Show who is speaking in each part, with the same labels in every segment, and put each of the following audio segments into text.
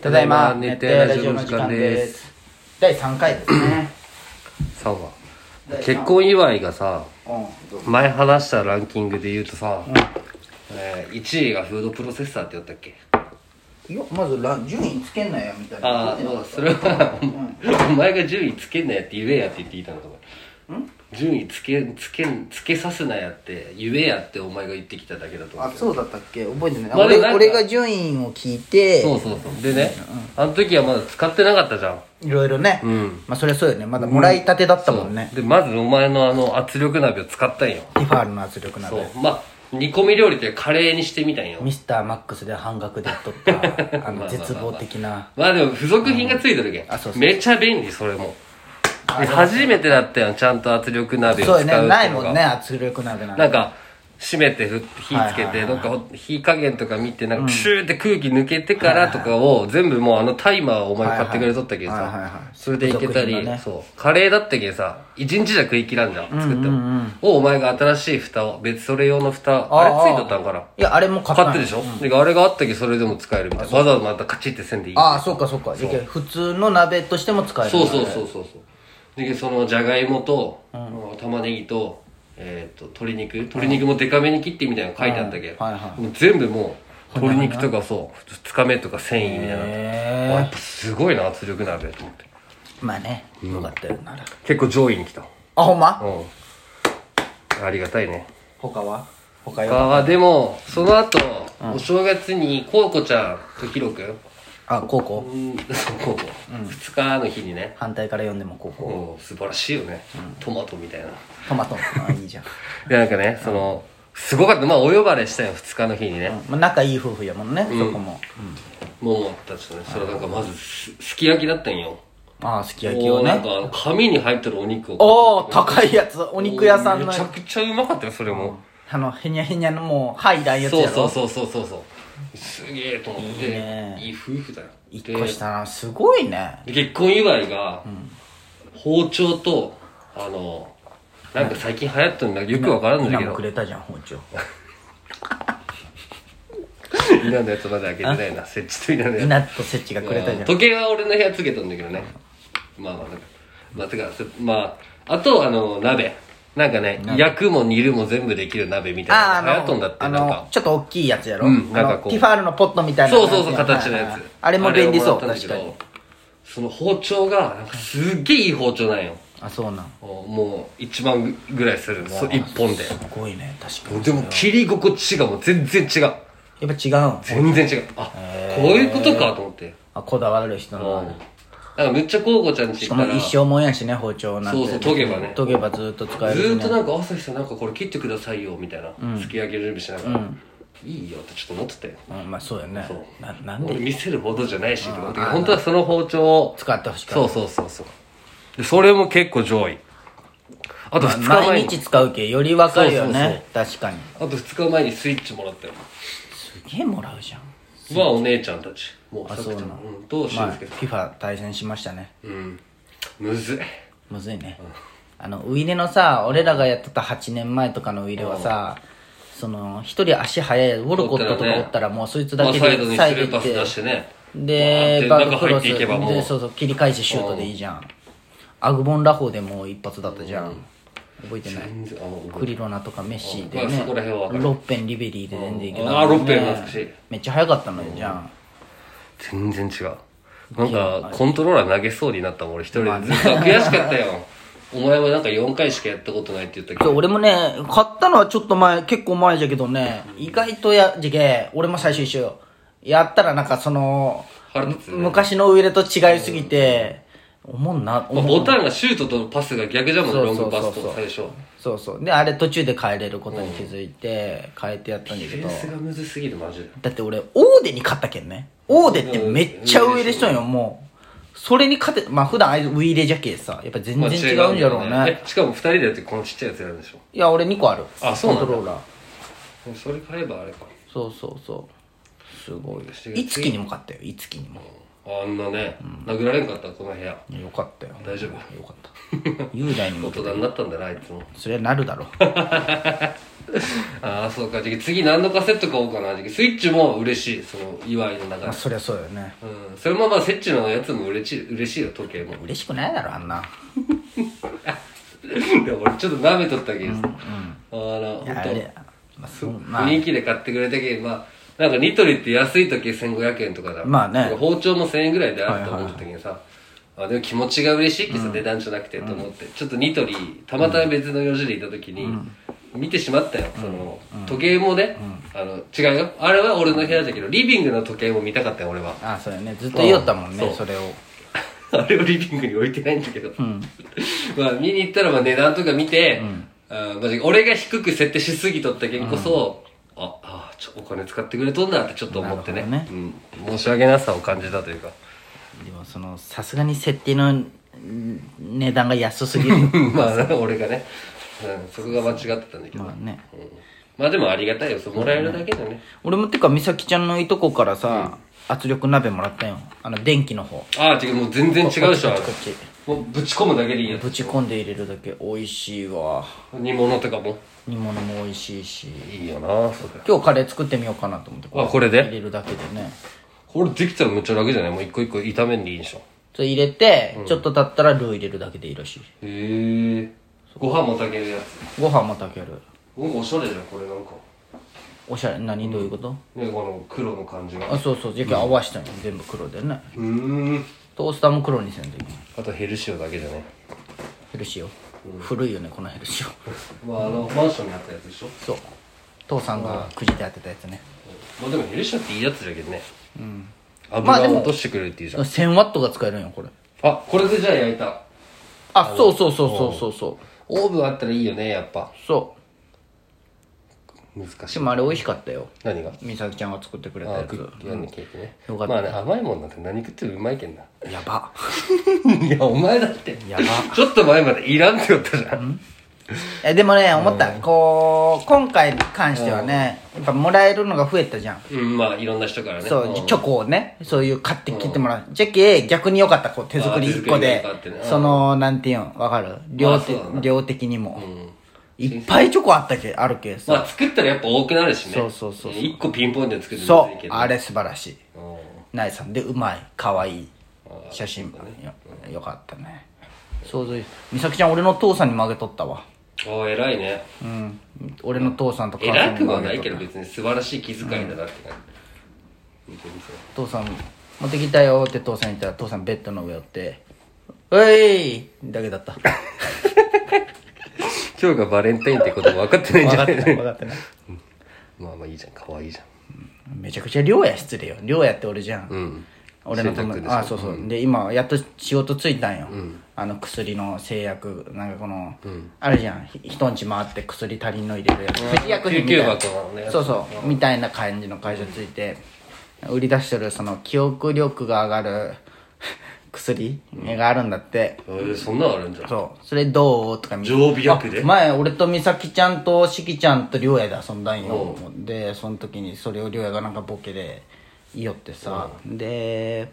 Speaker 1: ただいま
Speaker 2: 熱帯ラジオの時間です
Speaker 1: す第3回ですね
Speaker 2: さんは
Speaker 1: 第三
Speaker 2: 結婚祝いがさ
Speaker 1: うん どう
Speaker 2: 前話したランキングで言うとさ、えー、1位がフードプロセッサーって言ったっけ
Speaker 1: いやまずラン順位つけんなやみたいな
Speaker 2: ああそうそれは、お前が順位つけんなやって言えやって言っていたのか順位つけつけつけさせなやって言えやってお前が言ってきただけだと思
Speaker 1: あ
Speaker 2: うけど
Speaker 1: そうだったっけ覚えてない、
Speaker 2: まあで
Speaker 1: 俺
Speaker 2: もなんか
Speaker 1: 俺が順位を聞いて
Speaker 2: そうそうそうでね、あの時はまだ使ってなかったじゃん
Speaker 1: いろいろね、
Speaker 2: ん
Speaker 1: まあそりゃそうよねまだもらいたてだったもんね、
Speaker 2: でまずお前のあの圧力鍋を使ったんよ
Speaker 1: ティファールの圧力鍋
Speaker 2: そうまあ煮込み料理ってカレーにしてみたんよ
Speaker 1: ミスターマックスで半額で取 ったあの絶望的な
Speaker 2: まあでも付属品がついてるけん、
Speaker 1: あそうそう
Speaker 2: めちゃ便利それもで初めてだったよちゃんと圧力鍋を使
Speaker 1: そう
Speaker 2: う
Speaker 1: よ
Speaker 2: っていう
Speaker 1: ね
Speaker 2: のが
Speaker 1: ないもんね圧力鍋なんて
Speaker 2: なんか閉めてふ火つけ
Speaker 1: はいはい
Speaker 2: て
Speaker 1: はい
Speaker 2: なんかほ火加減とか見てなんかプシューって空気抜けてからとかを全部もうあのタイマーをお前買ってくれとったけど
Speaker 1: はいはいはいはい
Speaker 2: さそれでいけ
Speaker 1: 付属
Speaker 2: た
Speaker 1: 品
Speaker 2: り
Speaker 1: のね
Speaker 2: そうカレーだったけどさ1日じゃ食い切らんじゃん作ってもをお前が新しい蓋を別それ用の蓋あれついとったんかない
Speaker 1: やあれも買った
Speaker 2: 買ってるでしょであれがあったけどそれでも使えるみたいなわざわざまたカチってせんでいい
Speaker 1: ああそうかそうかいける普通の鍋としても使える
Speaker 2: そうそうそうそうそうでそのじゃがいもと、玉ねぎと,、えー、と鶏肉鶏肉もデカめに切ってみたいなの書いてあったけど、
Speaker 1: うんはいはい
Speaker 2: もう全部もう鶏肉とかそう2日目とか繊維みたいなのあ
Speaker 1: へ
Speaker 2: やっぱすごいな圧力鍋と思って
Speaker 1: まあねよかったよなら
Speaker 2: 結構上位に来た
Speaker 1: あほんま
Speaker 2: うんありがたいね
Speaker 1: 他は他
Speaker 2: 他
Speaker 1: よ
Speaker 2: はでもその後、お正月にこうこちゃんとひろくん
Speaker 1: あ高校
Speaker 2: うんそう こうこ2日の日にね
Speaker 1: 反対から読んでも高校
Speaker 2: もう素晴らしいよね、トマトみたいな
Speaker 1: トマトあいいじゃん
Speaker 2: でなんかねそのすごかったまあお呼ばれしたよ2日の日にね、
Speaker 1: まあ仲いい夫婦やもんねそこも
Speaker 2: ももたちとねそれなんかまずすすき焼きだったんよ
Speaker 1: ああすき焼き
Speaker 2: も
Speaker 1: を
Speaker 2: うなん
Speaker 1: ね
Speaker 2: かあの紙に入ってるお肉を
Speaker 1: おお高いやつお肉屋さんの
Speaker 2: めちゃくちゃうまかったよそれも、
Speaker 1: あのへにゃへにゃのもう入らんやつ
Speaker 2: そう
Speaker 1: や
Speaker 2: そう
Speaker 1: ろ
Speaker 2: そうそうそうそうすげえと思って
Speaker 1: いいね
Speaker 2: いい夫婦だよ
Speaker 1: 一個したなすごいね
Speaker 2: で結婚祝いが、包丁とあのなんか最近流行ってるんだけどよくわからんだ
Speaker 1: 今
Speaker 2: け
Speaker 1: も
Speaker 2: ど
Speaker 1: くれたじゃん包丁
Speaker 2: 稲のやつまで開けてないな設置と稲のやつ
Speaker 1: 稲とせっちがくれたじゃん
Speaker 2: 時計は俺の部屋つけたんだけどねまあまあなんかまあてかそまああとあの鍋なんかね焼くも煮るも全部できる鍋み
Speaker 1: ああ
Speaker 2: たいな流行っとんだって
Speaker 1: あ
Speaker 2: なん
Speaker 1: の
Speaker 2: か
Speaker 1: ちょっと大きいやつやろ、
Speaker 2: うんなんかこう
Speaker 1: あのティファールのポットみたいな
Speaker 2: そうそうそう
Speaker 1: やつや
Speaker 2: 形のや
Speaker 1: はい
Speaker 2: つ
Speaker 1: はいあれも便利そう
Speaker 2: あれをもらった
Speaker 1: 確
Speaker 2: んだけど
Speaker 1: かに
Speaker 2: その包丁がなんかすっげえいい包丁なんよ
Speaker 1: あそうなん
Speaker 2: もう1万ぐらいするそう1本です
Speaker 1: ごいね確かに
Speaker 2: でも切り心地がもう全然違う
Speaker 1: やっぱ違うん
Speaker 2: 全然違うあこういうことかと思って
Speaker 1: あこだわる人
Speaker 2: うん
Speaker 1: のあれ
Speaker 2: なんかめっちゃこうこちゃんち
Speaker 1: し
Speaker 2: 行
Speaker 1: か
Speaker 2: った
Speaker 1: も
Speaker 2: ら
Speaker 1: 一生もんやしね包丁なんて
Speaker 2: そうそう研げばね
Speaker 1: 研げばずっと使え
Speaker 2: ず
Speaker 1: るし、ね、
Speaker 2: ーっとなんか朝日さんなんかこれ切ってくださいよみたいな、すき焼きの準備しながら、いいよってちょっと思ってたよ
Speaker 1: うん、まあそうやね
Speaker 2: そう
Speaker 1: ななん
Speaker 2: 俺
Speaker 1: で
Speaker 2: 見せるほどじゃないしと思って本当はその包丁を
Speaker 1: 使ってほしか
Speaker 2: そう
Speaker 1: っ
Speaker 2: そうそうそうでそれも結構上位あと
Speaker 1: た
Speaker 2: 2日前
Speaker 1: 毎
Speaker 2: に
Speaker 1: 日使うけよりわかるよね確かに
Speaker 2: あと2日前にスイッチもらったよ
Speaker 1: すげえもらうじゃん
Speaker 2: はお姉ちゃんたちもう
Speaker 1: あ
Speaker 2: さ
Speaker 1: そ
Speaker 2: く
Speaker 1: う
Speaker 2: ち
Speaker 1: な
Speaker 2: ゃん
Speaker 1: の
Speaker 2: うんとし
Speaker 1: ま
Speaker 2: ん
Speaker 1: あ
Speaker 2: すけ
Speaker 1: FIFA 対戦しましたね
Speaker 2: うんむずい
Speaker 1: むずいね、あのウイイレのさ俺らがやってた8年前とかのウイイレはさ、その一人足速いウォルコットとかおったらもうそいつだ
Speaker 2: まあ
Speaker 1: け
Speaker 2: サイドにスルー
Speaker 1: 行
Speaker 2: パ
Speaker 1: っ
Speaker 2: ス出してね
Speaker 1: で
Speaker 2: バ
Speaker 1: バ
Speaker 2: ー
Speaker 1: ッ
Speaker 2: ンっ
Speaker 1: クク
Speaker 2: て中入
Speaker 1: ロ
Speaker 2: っ
Speaker 1: ス
Speaker 2: ていけばもう
Speaker 1: でそうそう切り返してシュートでいいじゃんアグボン・ラホーでもう一発だったじゃん、覚えてない
Speaker 2: 全然あの
Speaker 1: クリロナとかメッシで
Speaker 2: まあ
Speaker 1: ね
Speaker 2: そこら辺はわかる
Speaker 1: ロッペンリベリーで全然いけた
Speaker 2: あーロッペン懐かしい
Speaker 1: めっちゃ速かったのよじゃん
Speaker 2: 全然違うなんかコントローラー投げそうになったもん俺一人でずっと悔しかったよお前はなんか4回しかやったことないって言ったけ
Speaker 1: そう
Speaker 2: ど
Speaker 1: 俺もね買ったのはちょっと前結構前じゃけどね意外とやじゃけ俺も最初一緒よやったらなんかその
Speaker 2: 腹立つね
Speaker 1: 昔のウイレと違いすぎておもんなお
Speaker 2: まあ
Speaker 1: も
Speaker 2: ボ
Speaker 1: ん
Speaker 2: タンがシュートとパスが逆じゃもんね
Speaker 1: そ
Speaker 2: ロ
Speaker 1: う
Speaker 2: ン
Speaker 1: そう
Speaker 2: グ
Speaker 1: そう
Speaker 2: パ
Speaker 1: そう
Speaker 2: スと最初
Speaker 1: そうそうであれ途中で変えれることに気づいて変えてやったんだけ
Speaker 2: ディ
Speaker 1: ど
Speaker 2: フェンスがむずすぎるマジで
Speaker 1: だって俺オーデに勝ったけんねオーデってめっちゃウイレしとんよもうそれに勝てまあ普段あいつウイレじゃけえさやっぱ全然違うんじゃろう
Speaker 2: まあ
Speaker 1: ね
Speaker 2: えしかも2人でやってこのちっちゃいやつやるんでしょ
Speaker 1: いや俺2個ある
Speaker 2: あそうなんだ
Speaker 1: コントローラー
Speaker 2: それ買えばあれか
Speaker 1: そうそうそうすごい
Speaker 2: 私が
Speaker 1: いつきにも勝ったよいつきにも
Speaker 2: あんなね、殴られんかったこの部屋
Speaker 1: いやよかったよ
Speaker 2: 大丈夫
Speaker 1: よかった雄大に
Speaker 2: 大
Speaker 1: も
Speaker 2: 人になったんだなあいつも
Speaker 1: そりゃなるだろ
Speaker 2: ああそうかじゃあ次何のカセット買おうかなじゃあスイッチも嬉しいその祝いの中
Speaker 1: まあ
Speaker 2: で
Speaker 1: そりゃそうだよね
Speaker 2: うんそれもまあセッチのやつも嬉しい嬉しいよ時計 も
Speaker 1: 嬉しくないだろあんな
Speaker 2: でも俺ちょっと舐めとったけどさ、あの
Speaker 1: いやあ
Speaker 2: 本
Speaker 1: れまあ
Speaker 2: 当
Speaker 1: そうまあ
Speaker 2: 雰囲気で買ってくれたけどまあなんかニトリって安い時1500円とかだ
Speaker 1: まあね
Speaker 2: なんか包丁も1000円ぐらいであると思ってたけどさ、あでも気持ちが嬉しいけどさ、値段じゃなくてと思って、ちょっとニトリたまたま別の用事でいた時に、見てしまったよその、時計もね、あの違うよあれは俺の部屋だけどリビングの時計も見たかったよ俺は
Speaker 1: あそうやねずっと言おったもん
Speaker 2: そ
Speaker 1: ね
Speaker 2: う
Speaker 1: それを
Speaker 2: あれをリビングに置いてないんだけど、 まあ見に行ったらまあ値段とか見て、あーまじ俺が低く設定しすぎとったけんこそ、ああーちょお金使ってくれとんだってちょっと思ってね
Speaker 1: なるほ
Speaker 2: うん、申し訳なさを感じたというか
Speaker 1: でもそのさすがに設定のん値段が安すぎ る
Speaker 2: まあ俺がね、うん、そこが間違ってたんだけど、
Speaker 1: まあね
Speaker 2: うんまあでもありがたいよそうもらえるだけでね、
Speaker 1: 俺もてか美咲ちゃんのいとこからさ、圧力鍋もらったよあの電気の方
Speaker 2: ああ違うもう全然違うでしょあれ
Speaker 1: こっち
Speaker 2: もうぶち込むだけでいいや
Speaker 1: ぶち込んで入れるだけ美味しいわ
Speaker 2: 煮物とかも
Speaker 1: 煮物も美味しいし
Speaker 2: いいよなそれ
Speaker 1: 今日カレー作ってみようかなと思って
Speaker 2: あこれで
Speaker 1: 入れるだけでね
Speaker 2: これできたらめっちゃ楽じゃないもう一個一個炒めんでいいでしょ
Speaker 1: それ入れて、ちょっと経ったらルー入れるだけでいいらしい
Speaker 2: へえご飯も炊けるやつ
Speaker 1: ご飯も炊ける
Speaker 2: なんかおしゃれじゃんこれなんか
Speaker 1: おしゃれ何どういうこと、
Speaker 2: ねこの黒の感じが
Speaker 1: あそうそうじゃあ今日合わしたんよ、全部黒でね
Speaker 2: うーん
Speaker 1: トースターも黒にせんといけない
Speaker 2: あとヘルシオだけじゃね
Speaker 1: ヘルシオ、古いよねこのヘルシオ
Speaker 2: まああのマンションにあったやつでしょ
Speaker 1: そう父さんがくじで当てたやつね
Speaker 2: まあでもヘルシオっていいやつだけどねうん
Speaker 1: まあで
Speaker 2: 油
Speaker 1: も
Speaker 2: を落としてくれるっていいじゃん、
Speaker 1: 1000ワットが使えるんよこれ
Speaker 2: あこれでじゃあ焼いた
Speaker 1: あそうそうそうそうそうそう
Speaker 2: オーブンあったらいいよねやっぱ
Speaker 1: そ
Speaker 2: 難
Speaker 1: う
Speaker 2: し
Speaker 1: で
Speaker 2: い
Speaker 1: もあれ美味しかったよ
Speaker 2: 何が
Speaker 1: 美咲ちゃんが作ってくれた
Speaker 2: あ
Speaker 1: や
Speaker 2: ク
Speaker 1: つ
Speaker 2: ッキーやんなきゃいけね、
Speaker 1: よかった
Speaker 2: まあね甘いもんなんて何食ってもうまいけんな
Speaker 1: やば
Speaker 2: いやお前だって
Speaker 1: やば
Speaker 2: ちょっと前までいらんって言ったじゃん
Speaker 1: えでもね思った、こう今回に関してはね、やっぱもらえるのが増えたじゃん、
Speaker 2: うんまあいろんな人からね
Speaker 1: そう、チョコをねそういう買ってきてもらう、じゃけ逆によかったこう手作り
Speaker 2: あー
Speaker 1: 1
Speaker 2: 手作り
Speaker 1: 個で
Speaker 2: がよかったねうん
Speaker 1: そのなんていうんわかる量,、
Speaker 2: まあそうだね
Speaker 1: 量的にも、
Speaker 2: うん
Speaker 1: いっぱいチョコあったけあるけさ、
Speaker 2: まあ作ったらやっぱ多くなるしね
Speaker 1: そうそうそうそう
Speaker 2: 1個ピンポンで作るの
Speaker 1: そ
Speaker 2: もいいけ
Speaker 1: う
Speaker 2: ど
Speaker 1: あれ素晴らしい
Speaker 2: うん
Speaker 1: ナイさんでうまいかわいい
Speaker 2: あー
Speaker 1: 写真もよよかったね想像以上美咲ちゃん俺の父さんに負けとったわ
Speaker 2: ああ偉いね
Speaker 1: うん俺の父さんと母さん
Speaker 2: 偉
Speaker 1: に
Speaker 2: く
Speaker 1: 負
Speaker 2: は
Speaker 1: け
Speaker 2: ないけ
Speaker 1: と
Speaker 2: ど
Speaker 1: った
Speaker 2: 別に素晴らしい気遣いだなって感じ、見てみそう
Speaker 1: 父さん持ってきたよって父さん言ったら父さんベッドの上寄って「おい!」だけだった
Speaker 2: 今日がバレンタインってこと も分かってないん
Speaker 1: 分
Speaker 2: じ
Speaker 1: か
Speaker 2: ゃ
Speaker 1: って
Speaker 2: ない
Speaker 1: ない分かってない
Speaker 2: まあまあいいじゃん可愛いじゃん
Speaker 1: めちゃくちゃ亮や失礼よ亮やって俺じゃん、
Speaker 2: ん
Speaker 1: 俺の友
Speaker 2: 製薬でしょ
Speaker 1: 達あそうそう、で今やっと仕事ついたんよ、あの薬の製薬なんかこの、あるじゃんひ人んち回って薬足りんの入れるやつ
Speaker 2: うん
Speaker 1: 薬薬品みたいな
Speaker 2: 救急箱のね
Speaker 1: そうそうみたいな感じの会社ついて、売り出してるその記憶力が上がる 薬があるんだって、
Speaker 2: えー、そんなのあるんじゃん
Speaker 1: そうそれどうとか見
Speaker 2: 常備薬で
Speaker 1: あ前俺と美咲ちゃんとしきちゃんとりょうやで遊んだんよでその時にそれをりょうやがなんかボケで言いよってさで
Speaker 2: え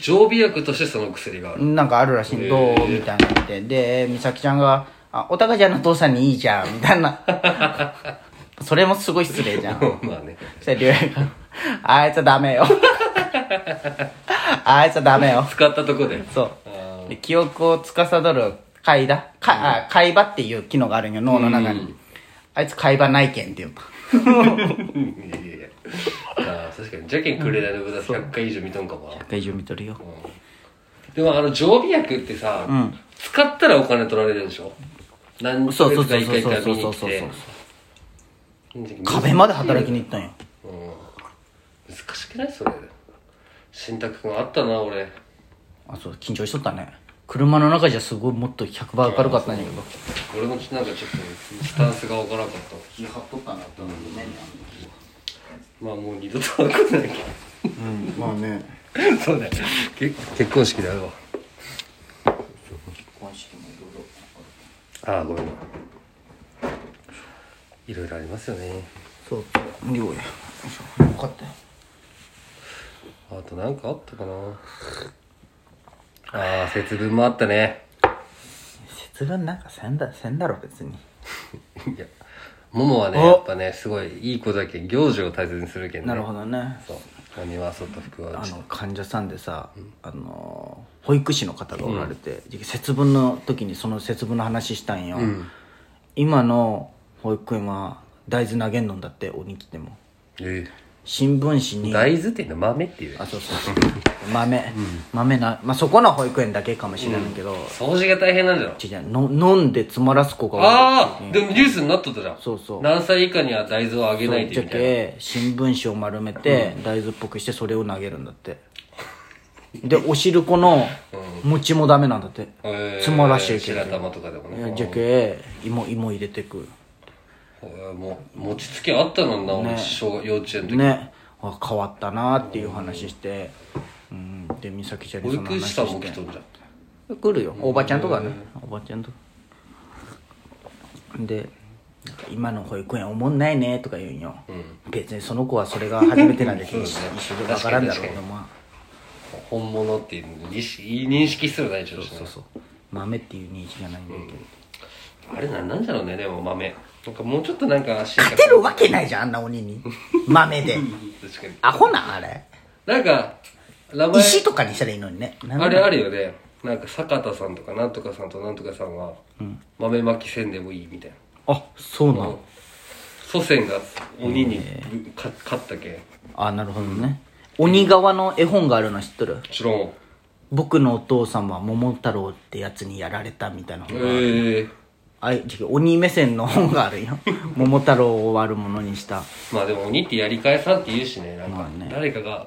Speaker 2: 常備薬としてその薬がある
Speaker 1: なんかあるらしいどうみたいなのでで美咲ちゃんが「あおたかちゃんの父さんにいいじゃん」みたい なそれもすごい失礼じゃん
Speaker 2: まあね
Speaker 1: そしたらりょうやが 「あいつはダ メよあいつはダメよ」
Speaker 2: 使ったとこで
Speaker 1: そう。で記憶を司る海だか、あ海馬っていう機能があるんよ、脳の中に。あいつ海馬内見 っていう。
Speaker 2: うんいやいやいやああ確かにじゃけんくれないの豚100回以上見とんかもな
Speaker 1: 会場見とるよ。
Speaker 2: でもあの常備薬ってさ、使ったらお金取られるでしょ何ヶ
Speaker 1: そうそう
Speaker 2: 月
Speaker 1: そ
Speaker 2: か
Speaker 1: う
Speaker 2: 一
Speaker 1: そう
Speaker 2: 回
Speaker 1: そう
Speaker 2: か
Speaker 1: そ
Speaker 2: 見
Speaker 1: う
Speaker 2: に
Speaker 1: そ
Speaker 2: 行
Speaker 1: う
Speaker 2: っ
Speaker 1: そう
Speaker 2: て
Speaker 1: 壁まで働きに行ったんよ。
Speaker 2: うん難しくないそれ信託君あったな俺
Speaker 1: あ、そう、緊張しとったね。車の中じゃすごいもっと100倍明るかったんやけど。
Speaker 2: 俺もなんかちょっとスタンスが分からなかった
Speaker 1: 気張っとったんだった
Speaker 2: まあもう二度と分かんないけ
Speaker 1: うん、まあね。
Speaker 2: どそうだよけ結婚式だよ
Speaker 1: 今式もいろいろ。
Speaker 2: ああごめんいろいろありますよね
Speaker 1: そうそう。量や。よかったよ。
Speaker 2: あとなんかあったかなああ節分もあったね
Speaker 1: 節分なんかせんだせんだろ別に
Speaker 2: いやももはね
Speaker 1: お
Speaker 2: やっぱねすごいいい子だけん行事を大切にするけんね
Speaker 1: なるほどね
Speaker 2: そう何は外服は
Speaker 1: あ
Speaker 2: 内
Speaker 1: の患者さんでさ、あの保育士の方がおられて、節分の時にその節分の話したんよ、今の保育園は大豆投げんのんだって鬼来ても
Speaker 2: え
Speaker 1: 新聞紙
Speaker 2: え
Speaker 1: に
Speaker 2: 大豆っていうのは豆っていう
Speaker 1: あそうそうそう 豆、豆な、まあ、そこの保育園だけかもしれないけど、
Speaker 2: 掃除が大変なんじゃ
Speaker 1: 違
Speaker 2: ろ
Speaker 1: うの飲んで詰まらす子が多い
Speaker 2: ああでもニュースになっとったじゃん
Speaker 1: そうそう
Speaker 2: 何歳以下には大豆をあげないで
Speaker 1: じゃ
Speaker 2: みたいな
Speaker 1: け新聞紙を丸めて、大豆っぽくしてそれを投げるんだってでおしるこの餅もダメなんだって、
Speaker 2: えー
Speaker 1: 詰まらしちゃいけない
Speaker 2: 白玉とかでもね
Speaker 1: じゃけ芋芋入れてく
Speaker 2: 俺もう餅つきあったのにな俺小学幼稚園の時
Speaker 1: ねあ変わったなっていう話して、うん、で美咲ちゃんに
Speaker 2: 保
Speaker 1: その
Speaker 2: 育
Speaker 1: 話
Speaker 2: 士
Speaker 1: し
Speaker 2: さんも来
Speaker 1: て
Speaker 2: とんじゃん
Speaker 1: 来るよおばちゃんとかねおばちゃんとかでなんか今の保育園おもんないねとか言うんよ、別にその子はそれが初めてなんだけど一
Speaker 2: そうだね
Speaker 1: 緒で分からんだろうけ
Speaker 2: 確
Speaker 1: ど
Speaker 2: かに
Speaker 1: まあ
Speaker 2: 本物っていうのにし認識すらないでしょ
Speaker 1: そうそう豆っていう認識がないんだけど、
Speaker 2: あれなんなんじゃろうねでも豆なんかもうちょっとなんか勝
Speaker 1: 勝てるわけないじゃんあんな鬼に豆 で
Speaker 2: 確かに
Speaker 1: アホなんあれ
Speaker 2: なんか名前
Speaker 1: 石とかにしたらいいのにねなんだ
Speaker 2: あれあるよねなんか坂田さんとかなんとかさんとなんとかさんは豆まきせんでもいいみたい
Speaker 1: あそうな
Speaker 2: な、
Speaker 1: の
Speaker 2: 祖先が鬼にか勝ったけん
Speaker 1: あなるほどね、鬼側の絵本があるの知っとる
Speaker 2: もちろん
Speaker 1: 僕のお父さんは桃太郎ってやつにやられたみたいな本が、
Speaker 2: ええ
Speaker 1: あい違う鬼目線の本があるよ 桃太郎を悪者にした
Speaker 2: まあでも鬼ってやり返さんって言うしねなん
Speaker 1: ま
Speaker 2: か
Speaker 1: あね
Speaker 2: 誰かが、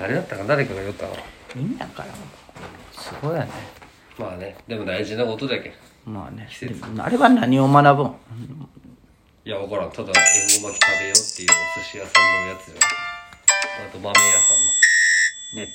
Speaker 2: 誰だったか誰かが言ったの
Speaker 1: みんなからすごいよね
Speaker 2: まあねでも大事なことだけん
Speaker 1: まあねでもあれは何を学ぶん
Speaker 2: いやわからんただ恵方巻き食べようっていうお寿司屋さんのやつじゃんあと豆屋さ